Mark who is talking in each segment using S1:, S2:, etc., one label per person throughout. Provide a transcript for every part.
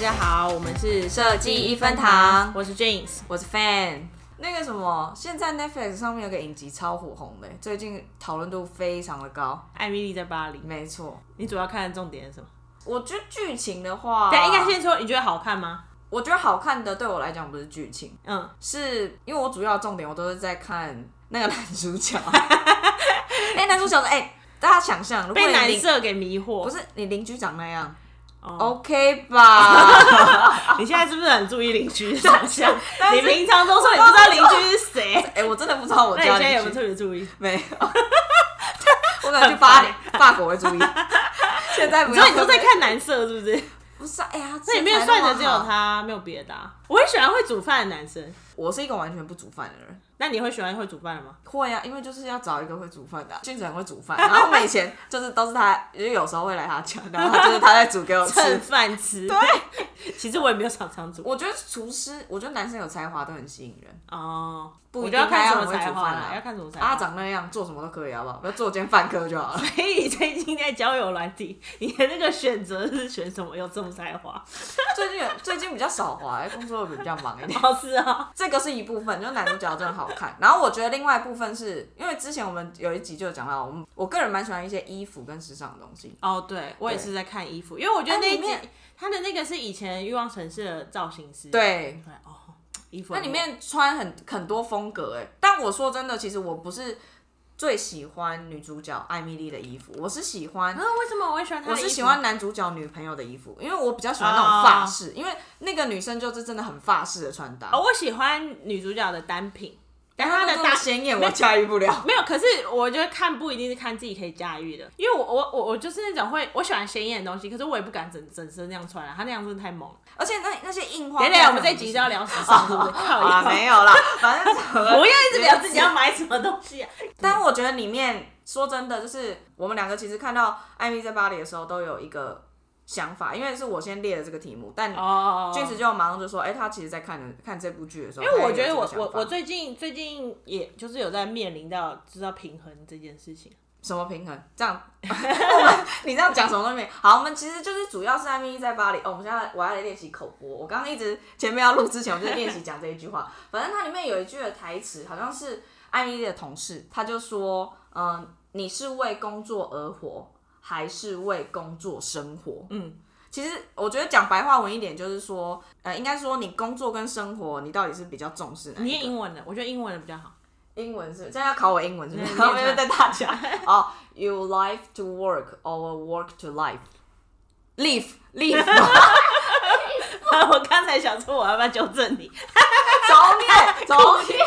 S1: 家好，我们是
S2: 设计一分堂
S1: 我是 James。
S2: 我是 fan。那个什么，现在 Netflix 上面有个影集超火红的，最近讨论度非常的高。
S1: 艾米丽在巴黎，
S2: 没错，
S1: 你主要看的重点是什么？
S2: 我觉得剧情的话，
S1: 但应该先说你觉得好看吗？
S2: 我觉得好看的对我来讲不是剧情，
S1: 嗯，
S2: 是因为我主要重点我都是在看那个男主角。 哎、男主角的哎、大家想象，如果
S1: 被
S2: 你
S1: 男
S2: 邻
S1: 色给迷惑。
S2: 不是你邻居长那样、
S1: 哦，
S2: o k 吧？
S1: 你现在是不是很注意邻居的长相？
S2: 啊 但
S1: 你
S2: 是
S1: 平常都说你不知道邻居是谁，
S2: 哎、我真的不知道 我
S1: 那你
S2: 家
S1: 现在有没
S2: 邻
S1: 有
S2: 居
S1: 特别注意？
S2: 没有， 我可能去巴黎、法国会注 意。现在不
S1: 你知
S2: 要，
S1: 道你都在看男色是不是？
S2: 不是，哎呀，
S1: 那里面
S2: 身材
S1: 算
S2: 那么
S1: 的只有
S2: 好。
S1: 他，没有别的啊。我很喜欢会煮饭的男生，
S2: 我是一个完全不煮饭的人。
S1: 那你会喜欢会煮饭的吗？
S2: 会啊，因为就是要找一个会煮饭的啊、俊子很会煮饭，然后我们以前就是都是他，就是有时候会来他家，然后就是他在煮给我 吃。
S1: 蹭饭吃。对， 其实我也没有常常煮。
S2: 我觉得厨师，我觉得男生有才华都很吸引人。
S1: 哦，
S2: 不
S1: 我
S2: 一
S1: 就
S2: 定
S1: 要看什
S2: 他要
S1: 么
S2: 很会
S1: 才
S2: 煮
S1: 华
S2: 饭
S1: 啦，
S2: 啊
S1: 要看什么才华。
S2: 他长那样，做什么都可以，好不好？不要做间饭客就好 了。
S1: 所以你最近在交友软体，你的那个选择是选什么？有这种才华？
S2: 最近有最近比较少滑，工作比较忙一点。
S1: 哦，是啊、
S2: 这个是一部分，就是男主角真的好看。然后我觉得另外一部分是因为之前我们有一集就有讲到，我们我个人蛮喜欢一些衣服跟时尚的东西。
S1: 哦，对我也
S2: 对
S1: 是在看衣服，因为我觉得那一
S2: 哎里
S1: 集
S2: 面
S1: 他的那个是以前《欲望城市》的造型师。
S2: 对，
S1: 对哦，衣服
S2: 那里面穿很很多风格哎、但我说真的，其实我不是最喜欢女主角艾米丽的衣服，我是喜欢
S1: 啊，为什么我会喜欢他？
S2: 我是喜欢男主角女朋友的衣服，因为我比较喜欢那种法式，因为那个女生就是真的很法式的穿搭，
S1: 哦，我喜欢女主角的单品，但她的
S2: 那
S1: 搭
S2: 么鲜 艳我驾驭不了。
S1: 没有，可是我觉得看不一定是看自己可以驾驭的，因为我我我我就是那种会我喜欢鲜艳的东西，可是我也不敢整整身那样穿啊，他那样真的太猛了。
S2: 而且那那些印花
S1: 等
S2: 片，
S1: 一下，我们这一集是要聊时尚，是不是？靠
S2: 啊
S1: 腰
S2: 没有啦，反 正
S1: 不要一直聊自己要买什么东西啊。
S2: 但我觉得里面说真的，就是我们两个其实看到艾米在巴黎的时候，都有一个想法，因为是我先列的这个题目，但
S1: 哦
S2: 俊子就马上就说：“哎、他其实在看看这部剧的时候，
S1: 因为我觉得我
S2: 他也有
S1: 我
S2: 这个想法
S1: 我最近最近也就是有在面临到知道平衡这件事情。
S2: 什么平衡 这样， 我们你这样讲什么都没有好，我们其实就是主要是艾米在巴黎。哦，我们现在我要来练习口播，我刚刚一直前面要录之前，我就练习讲这一句话。 反正它里面有一句的台词，好像是艾米丽的同事，他就说：“嗯、你是为工作而活，还是为工作生活？”
S1: 嗯，
S2: 其实我觉得讲白话文一点，就是说，呃，应该说你工作跟生活，你到底是比较重视哪
S1: 你
S2: 一
S1: 念
S2: 个？
S1: 英文的，我觉得英文的比较 好。
S2: 英文是，现在要考我英文是不是？
S1: 嗯
S2: 我在 大家哦、y o u life to work or work to life。Live, live，
S1: 我刚才想说我要不要纠正你，
S2: 重念，重念。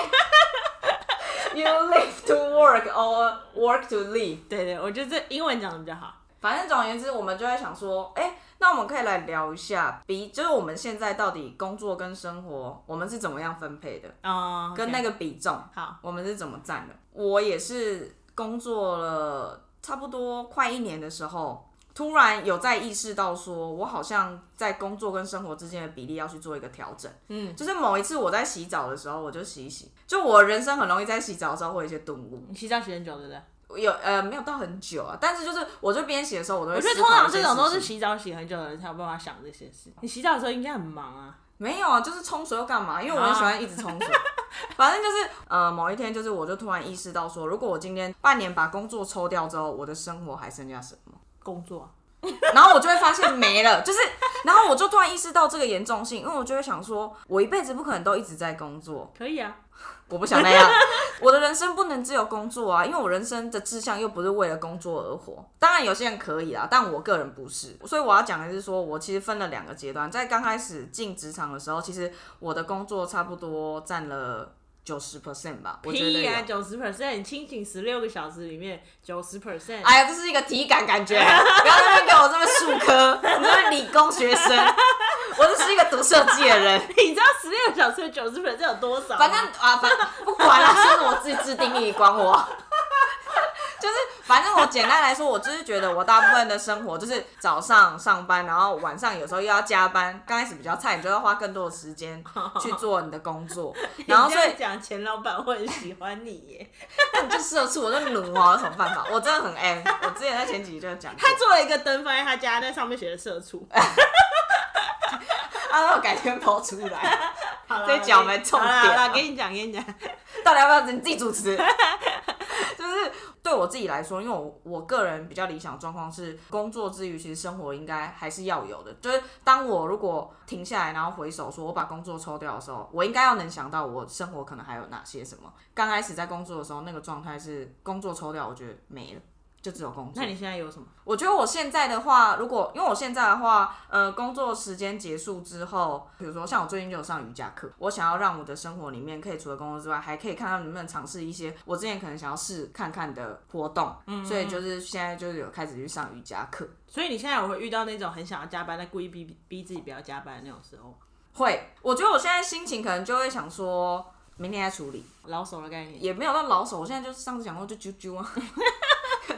S2: You live to work or work to live。
S1: 对对，我觉得这英文讲的比较好。
S2: 反正总而言之，我们就在想说，哎、那我们可以来聊一下，比就是我们现在到底工作跟生活，我们是怎么样分配的，
S1: 哦，
S2: 跟那
S1: 个
S2: 个比重。
S1: 好，
S2: 我们是怎么站的？我也是工作了差不多快一年的时候，突然有在意识到说，我好像在工作跟生活之间的比例要去做一个调整。
S1: 嗯，
S2: 就是某一次我在洗澡的时候，我就洗一洗，就我人生很容易在洗澡的时候会有一些顿悟。
S1: 你洗澡洗很久，对不对？
S2: 有呃没有到很久啊，但是就是我就边洗的时候，我都会
S1: 我觉得
S2: 思
S1: 通
S2: 考
S1: 常
S2: 一些
S1: 这种都是
S2: 事情
S1: 洗澡洗很久的人才有办法想这些事。你洗澡的时候应该很忙啊。
S2: 没有啊，就是冲水又干嘛？因为我很喜欢一直冲水。反正就是呃，某一天就是我就突然意识到说，如果我今天半年把工作抽掉之后，我的生活还剩下什么？
S1: 工作，
S2: 然后我就会发现没了，就是，然后我就突然意识到这个严重性，因为我就会想说，我一辈子不可能都一直在工作，
S1: 可以啊，
S2: 我不想那样， 我的人生不能只有工作啊，因为我人生的志向又不是为了工作而活。当然有些人可以啦，但我个人不是，所以我要讲的是说，我其实分了两个阶段，在刚开始进职场的时候，其实我的工作差不多占了九十 percent 吧，我觉得
S1: 屁
S2: 有
S1: 啊，九十 percent，你清醒十六个小时里面九十 percent，
S2: 哎呀，这是一个体感感觉，不要在那边给我这么数科，你这么理工学生，我就是一个读设计的人。
S1: 你知道十六个小时的九十 percent 有多少吗？
S2: 反正啊，反不管了，这是我自己制定义，管我。 就是，反正我简单来说，我就是觉得我大部分的生活就是早上上班，然后晚上有时候又要加班。刚开始比较菜，你就要花更多的 时间去做你的工作，然后
S1: 你
S2: 所
S1: 这
S2: 以
S1: 样讲钱老板会很喜欢你 耶。
S2: 你就社畜，我就奴啊，有什么办法？我真的很 M，我之 前在前几集就有讲过，哎
S1: 他做了一个灯放在他家，在上面写的社畜，
S2: 让啊我改天剖出来。
S1: 好啦
S2: 这一集我们重点啊
S1: 好啦好啦
S2: 了
S1: 跟你讲，跟你讲，
S2: 到底要不要你自己主持？ 就是对我自己来说，因为我我个人比较理想的状况是，工作之余其实生活应该还是要有的。就是当我如果停下来，然后回首说我把工作抽掉的时候，我应该要能想到我生活可能还有哪些什么。刚开始在工作的时候，那个状态是工作抽掉，我觉得没了，就只有工作
S1: 那。你现在有什么？
S2: 我觉得我现在的话，如果因为我现在的话，呃，工作时间结束之后，比如说像我最近就有上瑜伽课，我想要让我的生活里面可以除了工作之外，还可以看到能不能尝试一些我之前可能想要试看看的活动，所以就是现在就是有开始去上瑜伽课，
S1: 所以你现在有会遇到那种很想要加班，但故意逼逼自己不要加班的那种时候，
S2: 会，我觉得我现在心情可能就会想说明天再处理，
S1: 老手的概念。
S2: 也没有到老手，我现在就上次讲过就啾啾啊。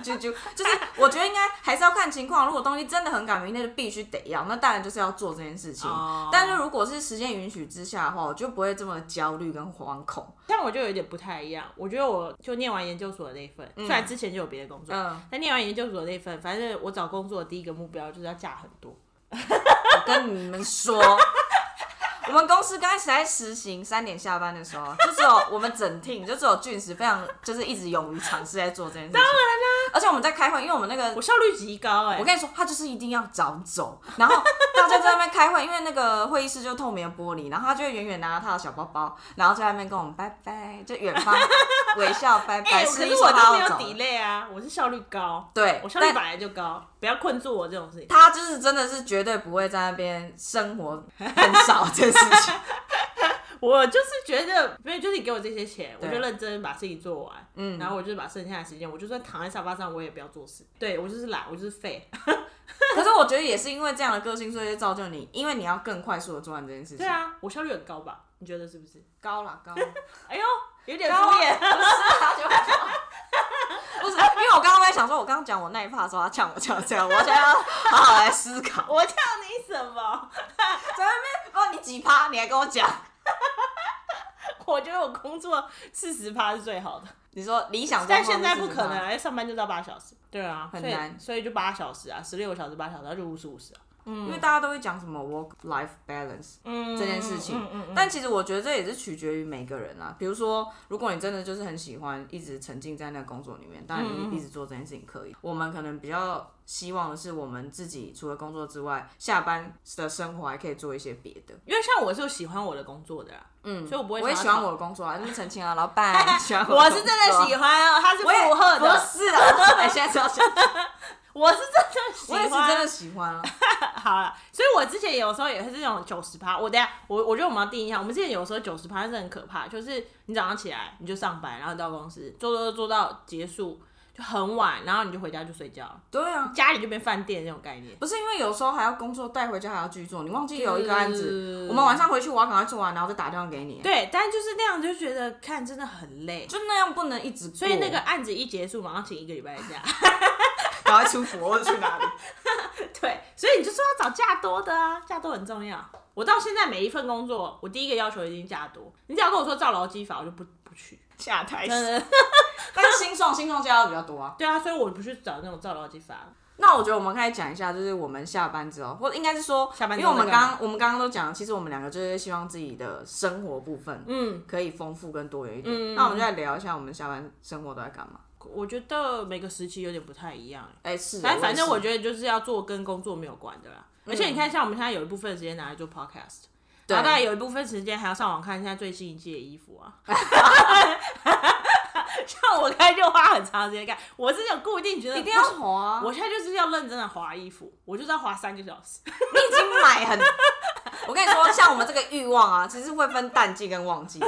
S2: 啾啾，就是我觉得应该还是要看情况。如果东西真的很赶，明天就必须得要，那当然就是要做这件事情。
S1: 哦
S2: 但是如果是时间允许之下的话，我就不会这么焦虑跟惶恐。
S1: 像我就有点不太一样，我觉得我就念完研究所的那一份，虽然之前就有别的工作，
S2: 嗯，
S1: 但念完研究所的那一份，反正我找工作的第一个目标就是要嫁很多。
S2: 我跟你们 说，我们公司刚开始在实行三点下班的时候，就只有我们整 team 就只有俊石非常就是一直勇于尝试在做这件事情。当然啦、而且我们在开会，因为我们那个
S1: 我效率极高哎、
S2: 我跟你说，他就是一定要早走，然后大家在那边开会，因为那个会议室就透明的玻璃，然后他就会远远拿着他的小包包，然后在那边跟我们拜拜，就远方微笑拜
S1: 哎、
S2: 拜，示
S1: 可
S2: 意
S1: 是
S2: 说
S1: 我就
S2: 他
S1: 没有
S2: 要走。
S1: delay 啊，我是效率高，
S2: 对
S1: 我，效率
S2: 但
S1: 本来就高，不要困住我这种事情。
S2: 他就是真的是绝对不会在那边生活很少这件事情。
S1: 我就是觉得，没有，就是你给我这些钱，我
S2: 对
S1: 就认真把事情做完，嗯，然后我就是把剩下的时间，我就算躺在沙发上，我也不要做事。对我就是懒，我就是废。
S2: 可是我觉得也是因为这样的个性，所以就造就你，因为你要更快速的做完这件事情。
S1: 对啊，我效率很高吧？你觉得是不是？
S2: 高啦高，
S1: 哎呦，有点敷衍。
S2: 不是啊，就 不是，因为我刚刚在想说，我刚刚讲我那一趴的时候，他呛我呛这样，我现在要好好来思考。
S1: 我叫你什么？
S2: 不哦你几趴，你还跟我讲？
S1: 我觉得我工作四十趴是最好的，
S2: 你说理想状
S1: 但
S2: 况是
S1: 现
S2: 40%，
S1: 在不可能啊，上班就到八小时。对啊，
S2: 很
S1: 所以
S2: 难
S1: 所以就八小时啊，十六个小时八小时，那就五十五十啊。
S2: 因为大家都会讲什么 work life balance
S1: 嗯，
S2: 这件事情。
S1: 嗯嗯嗯
S2: 但其实我觉得这也是取决于每个人啦。比如说，如果你真的就是很喜欢一直沉浸在那个工作里面，当然你一直做这件事情可以。我们可能比较希望的是，我们自己除了工作之外，下班的生活还可以做一些别的。
S1: 因为像我是喜欢我的工作的啦，嗯，所以我不会
S2: 我也
S1: 想
S2: 喜
S1: 要
S2: 欢我的工 作啊，就是澄清啊，老板喜欢我
S1: 我
S2: 工作。
S1: 是真的喜欢哦，他是附
S2: 我也
S1: 和的，
S2: 不是啊，哎现在知道想，
S1: 我是真的喜
S2: 我
S1: 欢，
S2: 也是真的喜欢啊。
S1: 好了。所以我之前有时候也是这种九十趴。我等一下，我我觉得我们要定一下，我们之前有时候九十趴是很可怕，就是你早上起来你就上班，然后到公司做做做到结束就很晚，然后你就回家就睡觉了，
S2: 对啊，
S1: 家里就变饭店那种概念。
S2: 不是因为有时候还要工作带回家还要继续做，你忘记有一个案子
S1: 对，
S2: 我们晚上回去我要赶快做完，然后再打电话给你，啊
S1: 对，但就是那样就觉得看真的很累。
S2: 就那样不能一直
S1: 所
S2: 做。
S1: 以那个案子一结束，马上请一个礼拜的假。
S2: 赶快出国或者去哪里，
S1: 对，所以你就说要找价多的啊，价多很重要。我到现在每一份工作，我第一个要求一定价多。你只要跟我说照劳基法，我就不不去。
S2: 下台
S1: 真的，
S2: 但是新创新创加的比较多啊。
S1: 对啊，所以我不去找那种照劳基法。
S2: 那我觉得我们可以讲一下，就是我们下班之后，或者应该是说
S1: 下班之
S2: 因
S1: 后
S2: 为我们
S1: 在干嘛
S2: 刚我们刚刚都讲了，其实我们两个就是希望自己的生活部分，
S1: 嗯，
S2: 可以丰富跟多元一点。那我们就来聊一下我们下班生活都在干嘛。
S1: 我觉得每个时期有点不太一样、欸。
S2: 哎、是，嗯
S1: 但反正我
S2: 得
S1: 觉得就是要做跟工作没有关的啦。而且你看，像我们现在有一部分时间拿来做 podcast，然后大概有一部分时间还要上网看一下最新一季的衣服 啊。像我开就花很长时间看，我是有固定觉得
S2: 一定要滑、啊，
S1: 我现在就是要认真的划衣服，我就是要划三个小时。
S2: 你已经买很。我跟你说，像我们这个欲望啊，其实会分淡季跟 旺季。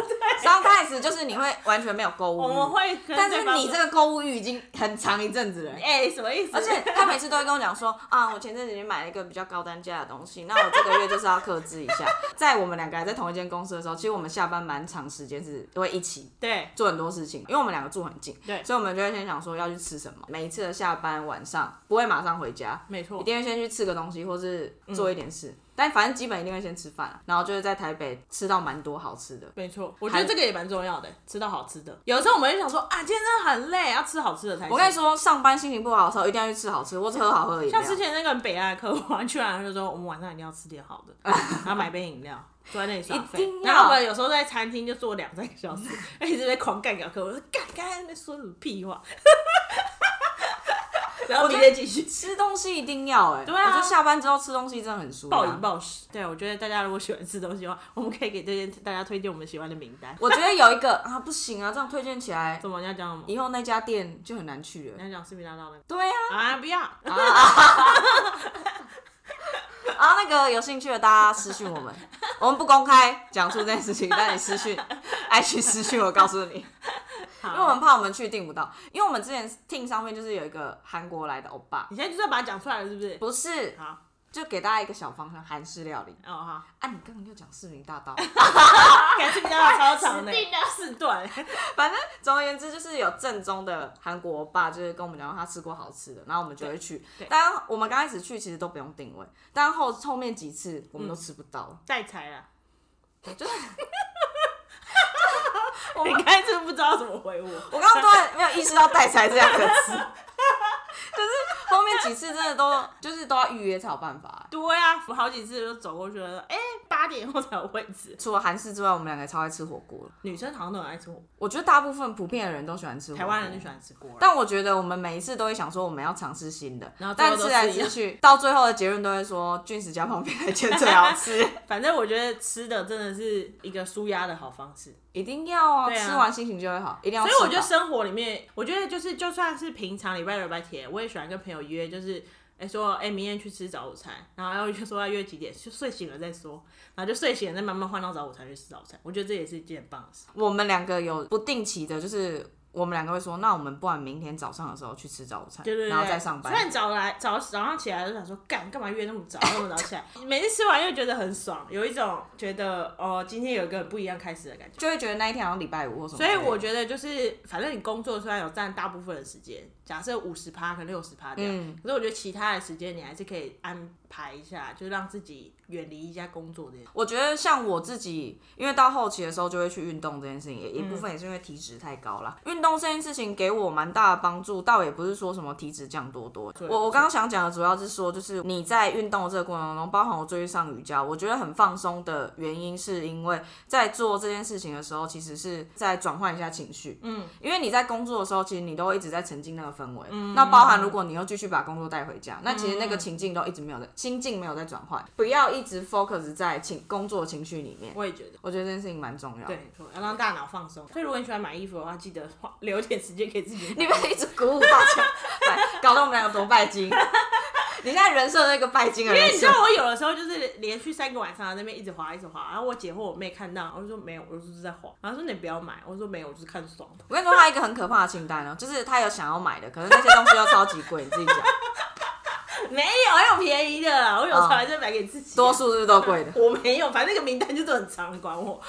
S2: 刚开始就是你会完全没有购物
S1: 我
S2: 欲，
S1: 们会跟
S2: 嗯但
S1: 对
S2: 是
S1: 方
S2: 你
S1: 说
S2: 这个购物欲已经很长一阵子了。欸
S1: 哎、什么意思？
S2: 而且他每次都会跟我讲说啊，我前阵子已经买了一个比较高单价的东西，那我这个月就是要克制一下。在我们两个还在同一间公司的时候，其实我们下班蛮长时间是会一起
S1: 对
S2: 做很多事情，因为我们两个住很近，
S1: 对
S2: 所以我们就会先想说要去吃什么。每一次的下班晚上不会马上回家，
S1: 没错嗯
S2: 一定会先去吃个东西，或是做一点事。但反正基本一定会先吃饭啊，然后就是在台北吃到蛮多好吃的。
S1: 没错，我觉得这个也蛮重要的，吃到好吃的。有的时候我们就想说啊，今天真的很累，要吃好吃的才行。
S2: 我跟你说，上班心情不好的时候，一定要去吃好吃或者喝好喝的饮料
S1: 像。之前那个北岸的客户啊，去完就说我们晚上一定要吃点好 的，然后买杯饮料，坐在那里耍
S2: 一
S1: 废
S2: 定。要
S1: 然后我们有时候在餐厅就坐两三个小时， 而且这边狂干掉客户，我说干干那说什么屁话， 然后明天继续
S2: 吃东西一定要哎、欸，
S1: 对啊
S2: 我觉得下班之后吃东西真的很舒服、
S1: 暴饮暴食。对，啊我觉得大家如果喜欢吃东西的话，我们可以给这些大家推荐我们喜欢的名单。
S2: 我觉得有一个啊，不行啊，这样推荐起 来，
S1: 怎么你要讲什么？
S2: 以后那家店就很难去了。
S1: 你要讲市民大道那个？
S2: 对呀、
S1: 啊，不要。
S2: 啊，啊那个有兴趣的大家私讯我 们，我们不公开讲述这件事情，但你私讯，爱去私讯我告诉 你，因为我们怕我们去订不到，因为我们之前听上面就是有一个韩国来的欧巴，
S1: 你现在就是要把它讲出来了，是不是？
S2: 不是，
S1: 好，
S2: 就给大家一个小方向，韩式料理。
S1: 哦好，
S2: 啊，你刚刚就讲市民大道。
S1: 感谢比较超长的
S3: 死定了
S1: 四段。
S2: 反正总而言之，就是有正宗的韩国爸，就是跟我们讲他吃过好吃的，然后我们就会去
S1: 对对。
S2: 当然，我们刚开始去其实都不用定位，但后后面几次我们都吃不到 了。
S1: 代财啦。
S2: 就是
S1: 我们开始不知道怎么回我。
S2: 我刚刚突然没有意识到带财这两个 词，就是后面几次真的都就是都要预约才有办法。
S1: 对啊，我好几次就走过去了，说：“哎、八点以后才有位置。
S2: 除了韩式之外，我们两个超爱吃火锅了”
S1: 女生好像都很爱吃火锅，
S2: 我觉得大部分普遍的人都喜欢吃火
S1: 台
S2: 锅，
S1: 湾人就喜欢吃锅。
S2: 但我觉得我们每一次都会想说我们要尝试新的，
S1: 然后最后
S2: 但
S1: 都
S2: 吃
S1: 是
S2: 来
S1: 一样
S2: 吃去，到最后的结论都会说俊石家旁边那间最好吃，
S1: 反正我觉得吃的真的是一个舒压的好方式，
S2: 一定要啊，
S1: 对啊
S2: 吃完心情就会好，一定要
S1: 所
S2: 吃
S1: 以
S2: 饱。
S1: 我觉得生活里面，我觉得就是就算是平常礼拜六、礼拜天，我也喜欢跟朋友约，就是哎、说哎、明天去吃早午餐，然后要约说要约几点，就睡醒了再说，然后就睡醒了再慢慢换到早午餐去吃早餐。我觉得这也是一件很棒的事。
S2: 我们两个有不定期的，就是我们两个会说，那我们不然明天早上的时候去吃早餐，
S1: 对对对，
S2: 然后再上班
S1: 虽。然早来早早上起来就想说，干干嘛约那么早， 那么早起来，每次吃完又觉得很爽，有一种觉得哦，今天有一个很不一样开始的感觉。
S2: 就会觉得那一天好像礼拜五或什么之
S1: 所以
S2: 类的，
S1: 我觉得就是，反正你工作虽然有占大部分的时间，假设五十趴跟六十趴这样，
S2: 嗯
S1: 可是我觉得其他的时间你还是可以安排一下，就是让自己远离一下工作这些。
S2: 我觉得像我自己，因为到后期的时候就会去运动这件事情，也一部分也是因为体脂太高啦。运、动这件事情给我蛮大的帮助，倒也不是说什么体脂降多多。我我刚刚想讲的主要是说，就是你在运动的这个过程当中，包含我最近上瑜伽，我觉得很放松的原因，是因为在做这件事情的时候，其实是在转换一下情绪。嗯，因为你在工作的时候，其实你都会一直在沉浸那个氛围。嗯，那包含如果你又继续把工作带回家，
S1: 嗯
S2: 那其实那个情境都一直没有在心境没有在转换，不要一直 focus 在情工作情绪里面。
S1: 我也觉得。
S2: 我觉得这件事情蛮重要的。
S1: 对，没错要让大脑放松。所以如果你喜欢买衣服的话，记得花留一点时间给自己。
S2: 你们一直鼓舞大 家，来搞得我们两个多拜金。 你现在人设那个拜金的
S1: 因
S2: 人
S1: 为你知
S2: 设
S1: 道，我有的时候就是连续三个晚上在那边一直滑一直滑，然后我姐或我妹看到，我就说没有，我就是在滑。然后说你不要买，我说没有，我就是看爽的。
S2: 我跟你说，他一个很可怕的清单哦，就是他有想要买的，可是那些东西又超级贵，你自 己讲，
S1: 没有，还有便宜的啦，我有时候还是买给自己。
S2: 多数是不是都贵的。
S1: 我没有，反正那个名单就是很长，管我。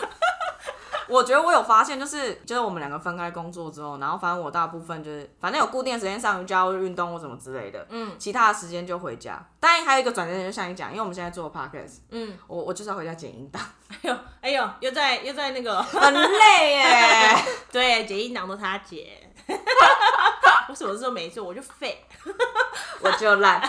S2: 我觉得我有发现，就是就是我们两个分开工作之后，然后反正我大部分就是反正有固定的时间上瑜伽或者运动或什么之类的，嗯，其他的时间就回家。当然还有一个转折点，就像你讲，因为我们现在做 podcast，
S1: 嗯，
S2: 我我就是要回家剪音档，
S1: 哎呦，哎呦，又在又在那个，
S2: 很累耶。
S1: 对，姐音档都他姐。 我什么时候没做，我就废。
S2: 我就烂。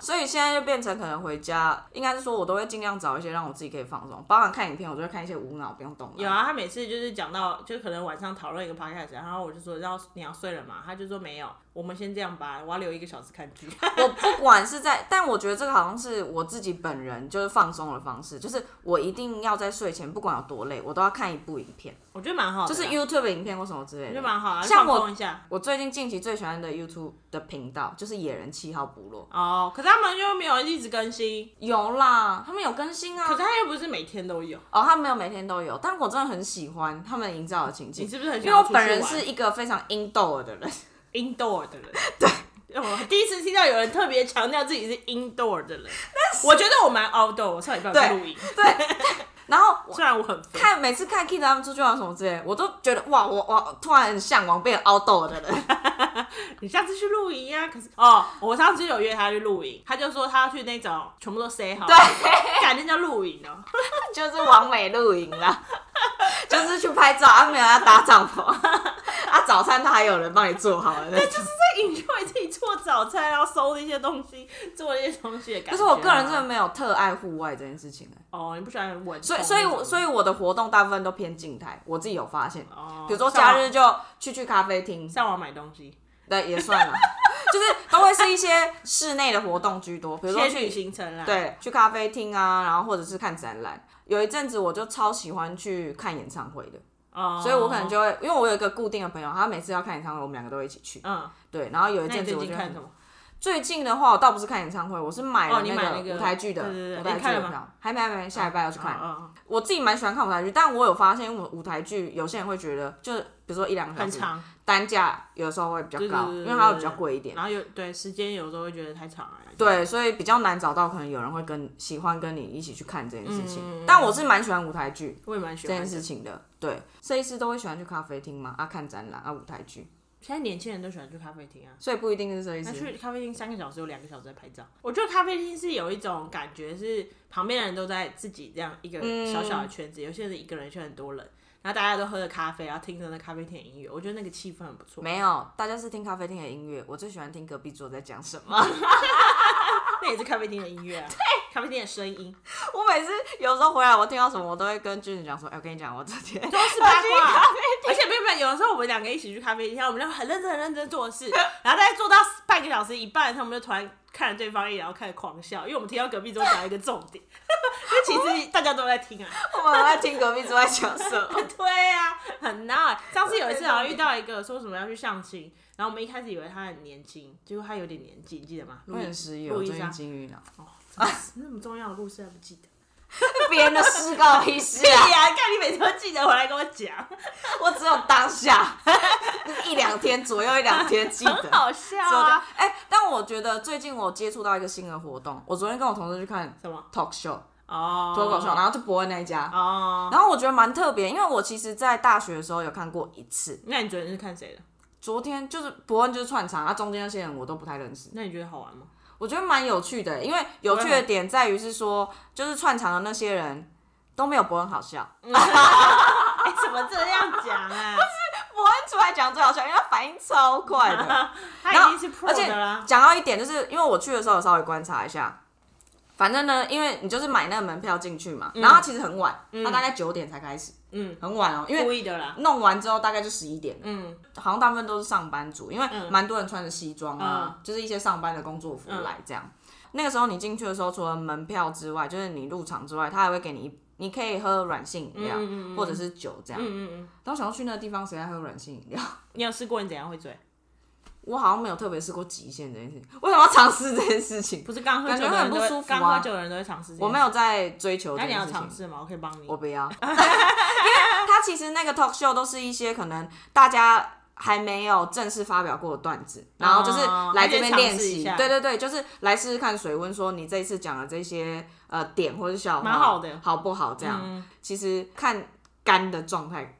S2: 所以现在就变成可能回家，应该是说我都会尽量找一些让我自己可以放松，包含看影片，我就会看一些无脑不用动的。
S1: 有啊，他每次就是讲到，就可能晚上讨论一个 podcast，然后我就说要你要睡了嘛，他就说没有，我们先这样吧，我要留一个小时看剧。
S2: 我不管是在，但我觉得这个好像是我自己本人就是放松的方式，就是我一定要在睡前，不管有多累，我都要看一部影片，
S1: 我觉得蛮好的
S2: 就
S1: 啦，
S2: 是 YouTube 影片或什么之类
S1: 就
S2: 的。
S1: 蛮好啊，
S2: 像
S1: 放
S2: 我
S1: 松一下。
S2: 我最近近期最喜欢的 YouTube 的频道就是野人七号部落，
S1: 哦，可是他们又没有一直更新，
S2: 有啦，他们有更新啊
S1: 可。是他又不是每天都有。
S2: 哦，他们没有每天都有，但我真的很喜欢他们营造的情境。
S1: 你是不是很喜
S2: 因
S1: 欢
S2: 为我
S1: 出去
S2: 本人
S1: 玩
S2: 是一个非常 indoor 的人，
S1: indoor 的人。对，我第一次听到有人特别强调自己是 indoor 的人。我觉得我蛮 outdoor，我上礼拜有
S2: 对
S1: 去露营，
S2: 对，然后我
S1: 虽然我很肥，
S2: 看每次看 Kid 他们出去玩什么之类，我都觉得哇，我我突然很向往变凹豆的人。
S1: 你下次去露营啊？可是哦，我上次有约他去露营，他就说他要去那种全部都塞好，对，改那叫露营哦。
S2: 就是完美露营啦， 就是去拍照，啊没有要搭帐篷， 啊早餐他还有人帮你做好了，对，就是。
S1: 在 enjoy 自己做早餐，然后收那些东西，做那些东西的感觉啊。
S2: 可是我个人真的没有特爱户外这件事情、欸，
S1: 哦，你不喜欢闻
S2: 所
S1: 臭
S2: 以
S1: 那种，
S2: 所以我所
S1: 以
S2: 以我的活动大部分都偏静态，我自己有发现，
S1: 哦，
S2: 比如说假日就去去咖啡厅，
S1: 上网买东西，
S2: 对也算了， 就是都会是一些室内的活动居多，比如说
S1: 先
S2: 去
S1: 去行程啦。，
S2: 对，去咖啡厅啊，然后或者是看展览。有一阵子我就超喜欢去看演唱会的，
S1: 哦，
S2: 所以我可能就会，因为我有一个固定的朋友，他每次要看演唱会，我们两个都会一起去。
S1: 嗯，
S2: 对，然后有一
S1: 那你
S2: 阵子
S1: 最
S2: 我
S1: 近
S2: 就
S1: 看什么？
S2: 最近的话，我倒不是看演唱会，我是买
S1: 哦
S2: 了
S1: 你买那个
S2: 个舞台剧的
S1: 对对对
S2: 舞
S1: 你
S2: 台剧
S1: 看了
S2: 的
S1: 吗
S2: 票，还没还没，下礼拜要去看。
S1: 嗯，嗯
S2: 我自己蛮喜欢看舞台剧，但我有发现，因为我舞台剧有些人会觉得，就是比如说一两
S1: 嗯
S2: 个
S1: 很
S2: 小时，
S1: 长，
S2: 单价有时候会比较
S1: 对对
S2: 高，
S1: 对对
S2: 因为它会比
S1: 对
S2: 较
S1: 对
S2: 贵一点。
S1: 然后有对时间有时候会觉得太长啊了。
S2: 对，所以比较难找到，可能有人会跟喜欢跟你一起去看这件事情。
S1: 嗯
S2: 但我是蛮喜欢舞台剧
S1: 我也蛮喜
S2: 这
S1: 欢的
S2: 件。事情的，对，设计师都会喜欢去咖啡厅嘛，啊，看展览啊，舞台剧，
S1: 现在年轻人都喜欢去咖啡厅啊，
S2: 所以不一定是设计
S1: 那
S2: 师。
S1: 去咖啡厅三个小时有两个小时在拍照。我觉得咖啡厅是有一种感觉，是旁边的人都在自己这样一个
S2: 嗯
S1: 小小的圈子，有些人一个人，有些人很多人，然后大家都喝着咖啡，然后听着那咖啡厅的音乐，我觉得那个气氛很不错。
S2: 没有，大家是听咖啡厅的音乐，我最喜欢听隔壁桌在讲什么。
S1: 那也是咖啡厅的音乐啊，咖啡厅的声音
S2: 我每次有时候回来，我听到什么，我都会跟君子讲说，哎、我跟你讲，我这天
S1: 都是八卦。而且没有没有，有的时候我们两个一起去咖啡厅，然后我们就很认真很认真做事，然后大概做到半个小时一半的时候，他们就突然看了对方一眼，然后开始狂笑，因为我们听到隔壁桌讲一个重点， 因为其实大家都在听啊。
S2: 我们在听隔壁桌在讲什么。
S1: 对啊，很闹欸。上次有一次好像遇到一个说什么要去相亲，然后我们一开始以为他很年轻，结果他有点年纪，你记得吗？
S2: 我
S1: 路
S2: 很
S1: 易
S2: 失
S1: 路
S2: 有
S1: 易
S2: 最
S1: 莎
S2: 近金鱼脑，
S1: 啊，那么重要的故事还不记得？
S2: 别人的事告屁事
S1: 对
S2: 啊！
S1: 呀、看 你每次都记得，回来跟我讲，
S2: 我只有当下一两天左右，一两天记 得
S1: 很。好笑
S2: 所以我就
S1: 啊。
S2: 哎、但我觉得最近我接触到一个新的活动，我昨天跟我同事去看
S1: 什么？
S2: talk show
S1: 哦，
S2: 脱口秀，啊然后就伯恩那一家，
S1: 哦。
S2: 然后我觉得蛮特别，因为我其实在大学的时候有看过一次。
S1: 那你昨天是看谁的？
S2: 昨天就是伯恩就是串场，啊，中间那些人我都不太认识，
S1: 那你觉得好玩 吗？
S2: 我觉得蛮有趣的，因为有趣的点在于是说，就是串场的那些人都没有伯恩好笑，
S1: 哎、怎么这样讲 啊？
S2: 伯恩出来讲最好笑，因为他反应超快的。 然
S1: 啊他
S2: 后
S1: 已经是
S2: 而
S1: pro
S2: 且
S1: 的啦。
S2: 讲到一点，就是因为我去的时候有稍微观察一下，反正呢，因为你就是买那个门票进去嘛，然后它其实很晚，它大概九点才开始，
S1: 嗯，
S2: 很晚哦、因为
S1: 故意的啦。
S2: 弄完之后大概就十一点了。
S1: 嗯
S2: 好像大部分都是上班族，因为
S1: 嗯
S2: 蛮多人穿着西装啊，就是一些上班的工作服来这样。
S1: 嗯
S2: 那个时候你进去的时候，除了门票之外，就是你入场之外，他还会给你一，你可以喝软性饮料、
S1: 嗯嗯嗯
S2: 或者是酒这样。
S1: 嗯嗯嗯，
S2: 然后想要去那个地方，谁还喝软性饮料？
S1: 你有试过你怎样会醉？
S2: 我好像没有特别试过极限这件事情，为什么要尝试这件事情？
S1: 不是刚喝
S2: 感
S1: 酒
S2: 觉
S1: 的人
S2: 很
S1: 都
S2: 不
S1: 会
S2: 舒服
S1: 刚、
S2: 啊
S1: 喝酒的人都会尝试这件事。
S2: 我没有在追求
S1: 那
S2: 这
S1: 你
S2: 件
S1: 要
S2: 事
S1: 尝
S2: 情，
S1: 试吗？我可以帮你。
S2: 我不要， 因为他其实那个 talk show 都是一些可能大家还没有正式发表过的段子，然后就是来这边练
S1: 哦还是尝试一
S2: 习
S1: 下，
S2: 对对对，就是来试试看水温，说你这一次讲的这些呃点或者笑话，
S1: 蛮好的
S2: 好不好？这样、
S1: 嗯
S2: 其实看干的状态，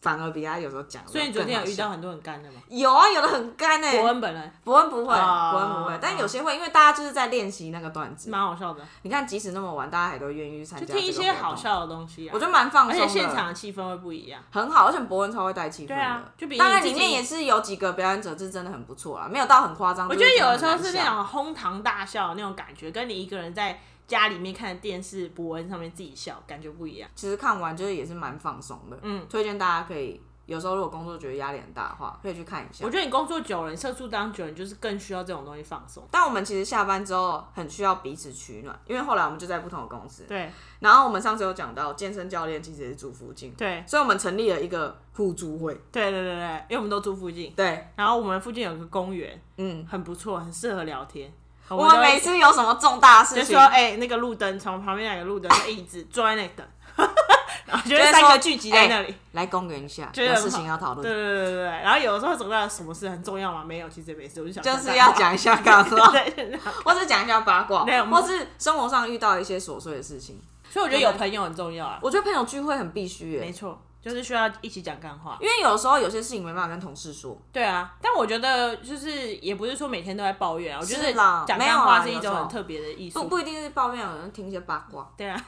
S2: 反而比他有时候讲的
S1: 所
S2: 更好笑，
S1: 以你昨天有遇到很多很干的吗？
S2: 有啊，有的很干哎、
S1: 伯恩本人
S2: 伯恩不会，
S1: 哦
S2: 伯恩不会，但有些会，因为大家就是在练习那个段子。
S1: 蛮好笑的，
S2: 你看，即使那么晚，大家还都愿意去参
S1: 就
S2: 加。
S1: 听一些好，笑的东西啊。
S2: 我觉得蛮放
S1: 而
S2: 松的。
S1: 且现场的气氛会不一样。
S2: 很好，而且伯恩超会带气氛的。
S1: 对啊就比你
S2: 当然
S1: 自己
S2: 里面也是有几个表演者是真的很不错啦，没有到很夸张。
S1: 我
S2: 我
S1: 觉得有的时候是那种哄堂大笑的那种感觉，跟你一个人在家里面看电视伯恩上面自己笑，感觉不一样。
S2: 其实看完就是也是蛮放松的。
S1: 嗯，
S2: 推荐大家可以，有时候如果工作觉得压力很大的话，可以去看一下
S1: 我。觉得你工作久了，你社畜当久了，你就是更需要这种东西放松。
S2: 但我们其实下班之后很需要彼此取暖，因为后来我们就在不同的公司。
S1: 对
S2: 然后我们上次有讲到，健身教练其实也是住附近，
S1: 对
S2: 所以我们成立了一个互助会。
S1: 对对对对，因为我们都住附近，
S2: 对，
S1: 然后我们附近有个公园，
S2: 嗯，
S1: 很不错，很适合聊天。我
S2: 我们每次有什么重大的
S1: 就
S2: 事情
S1: 说，哎、那个路灯从旁边那个路灯的椅子坐在那里等， 然后就会哎
S2: 会
S1: 三
S2: 说
S1: 个聚集在那里。
S2: 来公园一下，
S1: 觉得
S2: 有
S1: 很好
S2: 事情要讨论
S1: 对。对对对对，然后有的时候总到什么事很重要吗？没有，其实也没事，我就想
S2: 就是要讲一下干 话，
S1: 对，对对
S2: 或是讲一下八卦
S1: 没有，
S2: 或是生活上遇到一些琐碎的事情。
S1: 所以我觉得有朋友很重要啊。
S2: 我觉得朋友聚会很必须耶，
S1: 没错，就是需要一起讲干话。
S2: 因为有时候有些事情没办法跟同事说，
S1: 对啊，但我觉得就是也不是说每天都在抱怨啊，我觉得
S2: 是啦
S1: 讲
S2: 没有
S1: 干
S2: 啊
S1: 话是一
S2: 有时
S1: 种
S2: 候
S1: 很特别的艺
S2: 不
S1: 术。
S2: 不一定是抱怨，有人听一些八 卦。
S1: 对啊，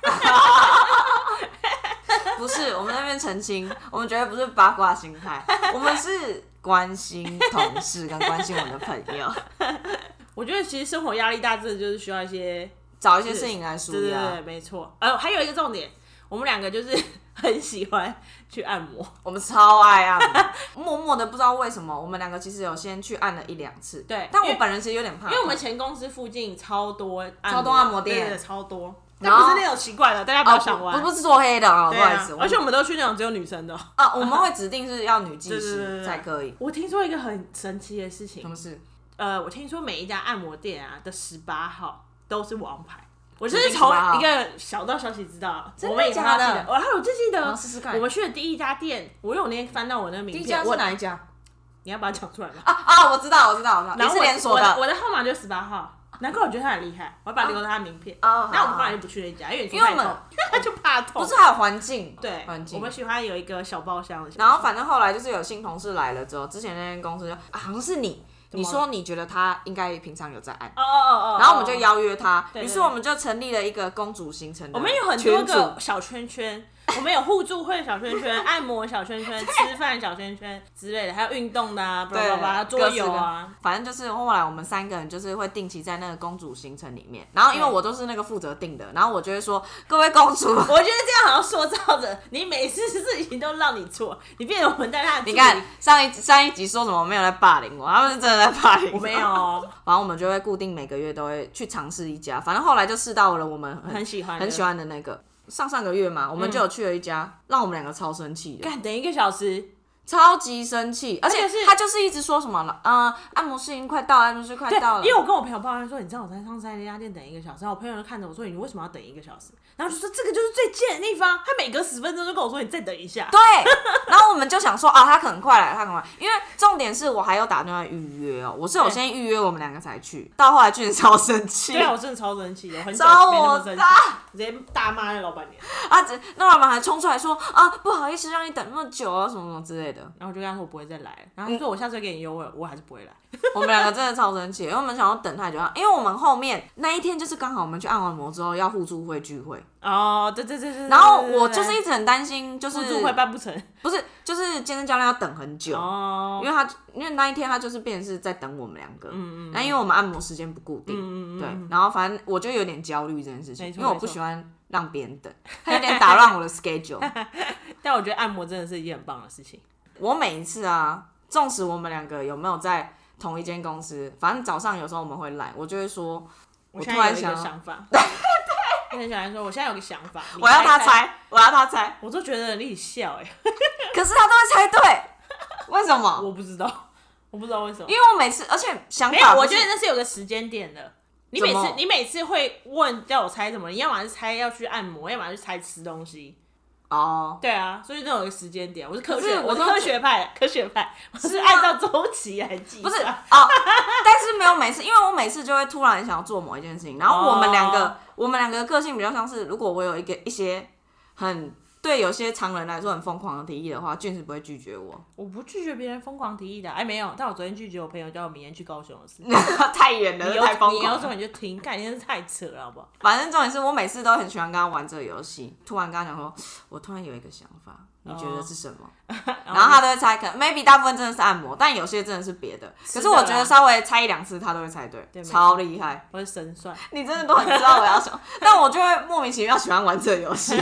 S2: 不是，我们在那边澄清， 我们绝对不是八卦心 态，我们是关心同事跟关心我们的朋 友，
S1: 我觉得其实生活压力大，真的就是需要一些，
S2: 找一些事情来舒
S1: 对对
S2: 压
S1: 对，。没错。呃，还有一个重点，我们两个就是 很喜欢去按摩，
S2: 我们超爱按摩， 默默的不知道为什么，我们两个其实有先去按了一两次。
S1: 对
S2: 但
S1: 因
S2: 我
S1: 为
S2: 本人其实有点怕，
S1: 因为我们前公司附近超多按
S2: 超多按摩店
S1: 对对对超多，
S2: 然
S1: 但
S2: 后
S1: 不是那种奇怪的，大家不要想
S2: 我
S1: 歪。
S2: 不是做黑的哦，不
S1: 对
S2: 好意
S1: 啊
S2: 思。，
S1: 而且
S2: 我
S1: 我们都去那种只有女生的哦。
S2: 啊，我们会指定是要女技
S1: 对对对
S2: 师
S1: 对
S2: 才可以。
S1: 我听说一个很神奇的事
S2: 什
S1: 情，
S2: 么事？
S1: 呃，我听说每一家按摩店啊的十八号都是王牌。我就
S2: 指
S1: 是
S2: 定
S1: 从
S2: 18号
S1: 一个小道消息知道，
S2: 真的
S1: 我们也
S2: 假
S1: 看
S2: 的
S1: 到记得哦我还有就记
S2: 我要
S1: 得
S2: 试试看
S1: 我们去的第一家店，我有那天翻到我那个
S2: 第
S1: 名
S2: 一
S1: 片
S2: 家，是
S1: 我
S2: 哪一家？
S1: 你要把它讲出来吗？
S2: 啊啊，我知道，我知道，我知道，
S1: 然
S2: 你
S1: 后
S2: 是
S1: 我
S2: 连锁
S1: 我
S2: 的。
S1: 我的号码就是十八号，难怪我觉得他很厉害，我还把留了他的名片。
S2: 哦
S1: 那我们后来就不去那家，因为
S2: 因为我们
S1: 他就怕痛。
S2: 不是还有环境？
S1: 对
S2: 环，境
S1: 我。们喜欢有一个小包厢的。
S2: 然后反正后来就是有新同事来了之后，之前那间公司就、啊、好像是你，你
S1: 了
S2: 说你觉得他应该平常有在按，
S1: 哦哦哦哦，
S2: 然后我们就邀约他，
S1: 对
S2: 于
S1: 对
S2: 是我们就成立了一个公主行程的
S1: 我们有很
S2: 群
S1: 多
S2: 组
S1: 个小圈圈，我们有互助会小圈圈、 按摩小圈圈、吃饭小圈圈之类的，还有运动的啊，巴
S2: 对
S1: 拉巴拉，桌游啊，，
S2: 各式各反正就是后来我们三个人就是会定期在那个公主行程里面，然后因为
S1: 对
S2: 我都是那个负责定的，然后我就会说各位公主，
S1: 我觉得这样好像塑造着你每次事情都让你做，你变成我们大家的助理。
S2: 你看上一上一集说什么没有在霸凌我，他们是真的在霸凌
S1: 我没有哦，
S2: 反正我们就会固定每个月都会去尝试一家，反正后来就试到了我们很
S1: 很喜欢的嗯
S2: 很喜欢的那个。上上个月嘛，我们就有去了一家，让我们两个超生气的，
S1: 干等一个小时，
S2: 超级生气，而且
S1: 而且是
S2: 他就是一直说什么了，呃，按摩师已经快到了，按摩师快
S1: 对
S2: 到，了，
S1: 因为我跟我朋友抱怨说，你知道我在上山那家店等一个小时，然后我朋友就看着我说，你为什么要等一个小时？然后就说这个就是最贱的地方，他每隔十分钟就跟我说你再等一下，
S2: 对， 然后我们就想说啊，他可能快来，他可能快来，因为重点是我还有打电话预约哦，我是有
S1: 对
S2: 先预约，我们两个才去，到后来俊超生气，
S1: 对啊，我真的超生气的，我很久
S2: 找
S1: 没那
S2: 我
S1: 么生气
S2: 打，
S1: 直接大骂那老板娘。
S2: 啊，只那老板还冲出来说啊，不好意思让你等那么久啊，什么什么之类的，
S1: 然后我就跟他说我不会再来了，然后他说我下次会给你优惠，我还是不会来。
S2: 我们两个真的超生气，因为我们想要等太久，啊因为我们后面那一天就是刚好我们去按完摩之后要互助会聚会，
S1: 哦，对对对对。
S2: 然后我就是一直很担心，就是
S1: 互助会办不成。
S2: 不是就是健身教练要等很久。
S1: 哦
S2: 因，为他，因为那一天他就是变成是在等我们两个，嗯嗯，那因为我们按摩时间不固
S1: 嗯
S2: 定，
S1: 嗯嗯，
S2: 对，然后反正我就有点焦虑这件事情，
S1: 没
S2: 因
S1: 错
S2: 为我不喜欢让别人等，他有点打乱我的 schedule。
S1: 但我觉得按摩真的是一件很棒的事情。
S2: 我每一次啊，纵使我们两个有没有在同一间公司，反正早上有时候我们会赖，我就会说，我
S1: 现
S2: 突
S1: 在有
S2: 然
S1: 一个
S2: 想，
S1: 想法，我很想来说，我现在有个想法，你
S2: 我要他
S1: 猜。
S2: 猜，我要他猜，
S1: 我都觉得你笑哎、
S2: 可是他都会猜对，为什么？
S1: 我不知道，我不知道为什么
S2: 因。为我每次，而且想
S1: 没有
S2: 法，不
S1: 我
S2: 是
S1: 觉得那是有个时间点的。你每
S2: 怎
S1: 次
S2: 么
S1: 你每次会问叫我猜什么，你要么是猜要去按摩，要么是猜吃东西。
S2: 哦，
S1: 对啊，所以那有一个时间点，我是科
S2: 可是
S1: 学，
S2: 我
S1: 我是
S2: 都
S1: 科学派，科学派，我是按照周期来计
S2: 不
S1: 算。
S2: 是啊、哦 但是没有每次，因为我每次就会突然想要做某一件事情，然后我们两个、
S1: 哦
S2: 我们两个个性比较像是，如果我有一个一些很对有些常人来说很疯狂的提议的话，俊是不会拒绝我，
S1: 我不拒绝别人疯狂提议的啊，哎，没有，但我昨天拒绝我朋友叫我明天去高雄的事。你
S2: 太远了，
S1: 有
S2: 太疯
S1: 你有
S2: 狂
S1: 种
S2: 了。
S1: 你就听，干，你真是太扯了，好不好？
S2: 反正重点是我每次都很喜欢跟他玩这个游戏，突然跟他讲说，我突然有一个想法，你觉
S1: 哦
S2: 得是 什么？然后他都会猜，可能 maybe 大部分真的是按摩，但有些真的是别的。可
S1: 的
S2: 是我觉得
S1: 啦
S2: 稍微猜一两次他都会猜对，
S1: 对没
S2: 超厉害。
S1: 我是神算，
S2: 你真的都很知道我要什么，但我就会莫名其妙喜欢玩这个游 戏。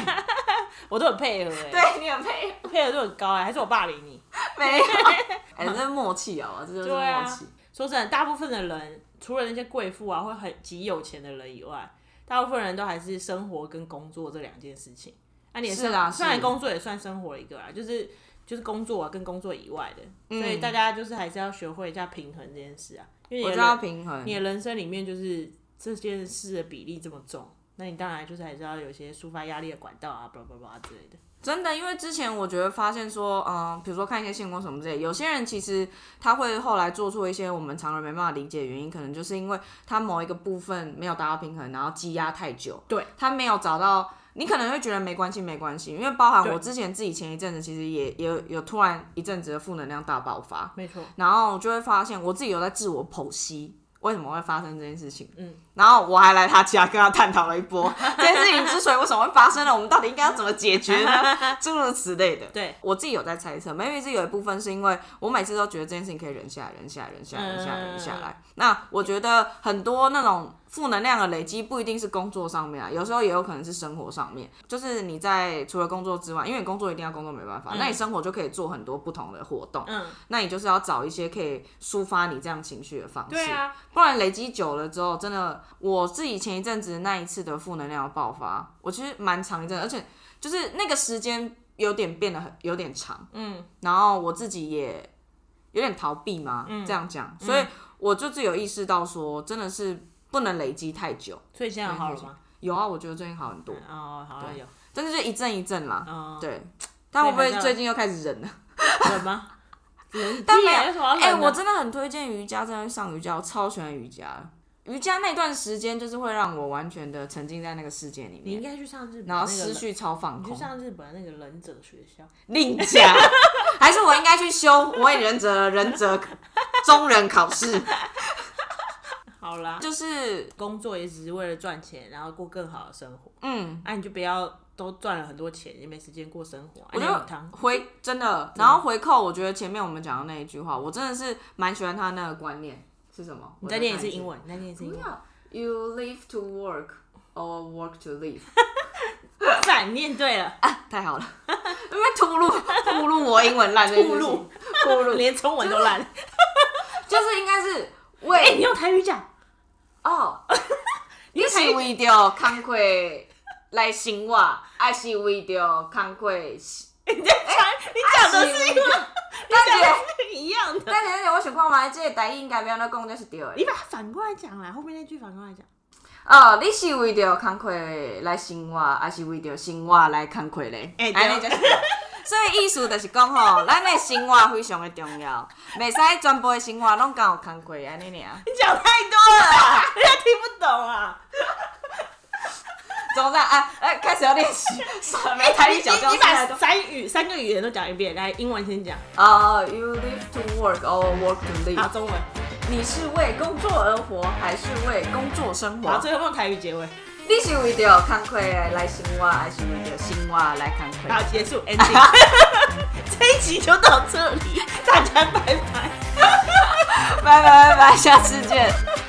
S1: 我都很配合、欸，
S2: 对你很配合，
S1: 配合度很高、欸，还是我霸凌你？
S2: 没有， 哎、这是默契哦，这就是
S1: 对啊
S2: 默契。
S1: 说真的，大部分的人除了那些贵妇啊，或很极有钱的人以外，大部分人都还是生活跟工作这两件事情。那、你也
S2: 是啊是
S1: 虽然工作也算生活的一个啦，就是就是工作啊，跟工作以外的，所以大家就是还是要学会一下平衡这件事啊。因为
S2: 我
S1: 你
S2: 就
S1: 的
S2: 要
S1: 人
S2: 平衡
S1: 你，的人生里面就是这件事的比例这么重，那你当然就是还是要有一些抒发压力的管道啊，巴拉巴拉之类的。
S2: 真的，因为之前我觉得发现说，嗯，比如说看一些新闻什么之类，有些人其实他会后来做出一些我们常人没办法理解的原因，可能就是因为他某一个部分没有达到平衡，然后积压太久，
S1: 对
S2: 他没有找到你可能会觉得没关系，没关系，因为包含
S1: 对
S2: 我之前自己前一阵子其实也也有有突然一阵子的负能量大爆发，
S1: 没错，
S2: 然后我就会发现我自己有在自我剖析。为什么会发生这件事情？
S1: 嗯，
S2: 然后我还来他家跟他探讨了一波 这件事情之所以为什么会发生呢？我们到底应该要怎么解决呢？诸如此类的。
S1: 对，
S2: 我自己有在猜测，maybe 是有一部分是因为我每次都觉得这件事情可以忍下来，忍下来，忍下来，忍下来，
S1: 嗯
S2: 忍下来。那我觉得很多那种负能量的累积不一定是工作上面啊，有时候也有可能是生活上面。就是你在除了工作之外，因为你工作一定要工作没办法，那你生活就可以做很多不同的活动。
S1: 嗯，
S2: 那你就是要找一些可以抒发你这样情绪的方式。
S1: 对啊，
S2: 不然累积久了之后，真的，我自己前一阵子那一次的负能量爆发，我其实蛮长一阵，而且就是那个时间有点变得很有点长，
S1: 嗯，
S2: 然后我自己也有点逃避嘛，这样讲，
S1: 嗯
S2: 所以我就是有意识到说，真的是不能累积太久。
S1: 所以现在好了吗？
S2: 有啊，我觉得最近好很多，
S1: 哦，好像有，
S2: 但是就一阵一阵啦，
S1: 哦，
S2: 对。但会不
S1: 所以还
S2: 会
S1: 是要
S2: 最近又开始忍了？
S1: 冷吗？冷
S2: 但
S1: 屁
S2: 没
S1: 啊
S2: 有
S1: 有什么好冷的？
S2: 哎、我真的很推荐瑜伽，真的去上瑜伽，我超喜欢瑜伽的。瑜伽那段时间就是会让我完全的沉浸在那个世界里
S1: 你应
S2: 面，
S1: 该去上日本，
S2: 然后思，绪超放
S1: 你去
S2: 空。
S1: 上日本那个忍者学校，
S2: 另讲， 还是我应该去修我也忍者忍者中忍 考试，
S1: 好啦，
S2: 就是
S1: 工作也只是为了赚钱，然后过更好的生活，啊
S2: 嗯，
S1: 那你就不要都赚了很多钱，也没时间过生活，
S2: 我
S1: 就
S2: 觉
S1: 很
S2: 得
S1: 汤。
S2: 回真的，然后回扣，我觉得前面我们讲的那一句话，我真的是蛮喜欢他那个观念是什么？
S1: 你
S2: 我
S1: 再念一次
S2: 看
S1: 英文，你再念一次英文，
S2: ，You live to work or work to live。
S1: 赞，念对了，
S2: 太好了， 因为吐露吐露我英文烂这件事情，
S1: 吐露
S2: 吐露，
S1: 连中文都烂。
S2: 就是应该是
S1: 哎，
S2: 为
S1: 你用台语 讲，
S2: 哦， 你
S1: 可以
S2: 是为着工课来生活，还是为着工课？
S1: 你在讲，你讲的是
S2: 是为着，但是
S1: 一样的，
S2: 但 是，但是我想看嘛，这个台语应该要安怎讲才是对的
S1: 你。把它反过来讲啦，后面那句反过来讲。
S2: 哦，你是为着工课来生活，还是为着生活来工课咧？
S1: 哎对
S2: 安尼才是对的。所以意思就是讲吼，咱的生活非常的重 要，袂使全部的生活拢讲有工课安尼尔。
S1: 你讲太多了啦， 人家听不懂啊。
S2: 总算啊，哎，开始要练习，算 了，没台
S1: 你
S2: 语讲这
S1: 哎你
S2: 样
S1: 把
S2: 子。
S1: 三语三个语言都讲一遍，来，英文先讲，
S2: 哦、y o u live to work or work to
S1: 好，
S2: live？
S1: 中文，
S2: 你是为工作而活，还是为工作生
S1: 好，
S2: 活？
S1: 最后用台语结尾，
S2: 你是为着工作来生活，还是为着生活来工
S1: 好
S2: 作？，
S1: 结束，ending。这一 集就到这里，大家拜拜。
S2: 拜拜拜拜，下次见。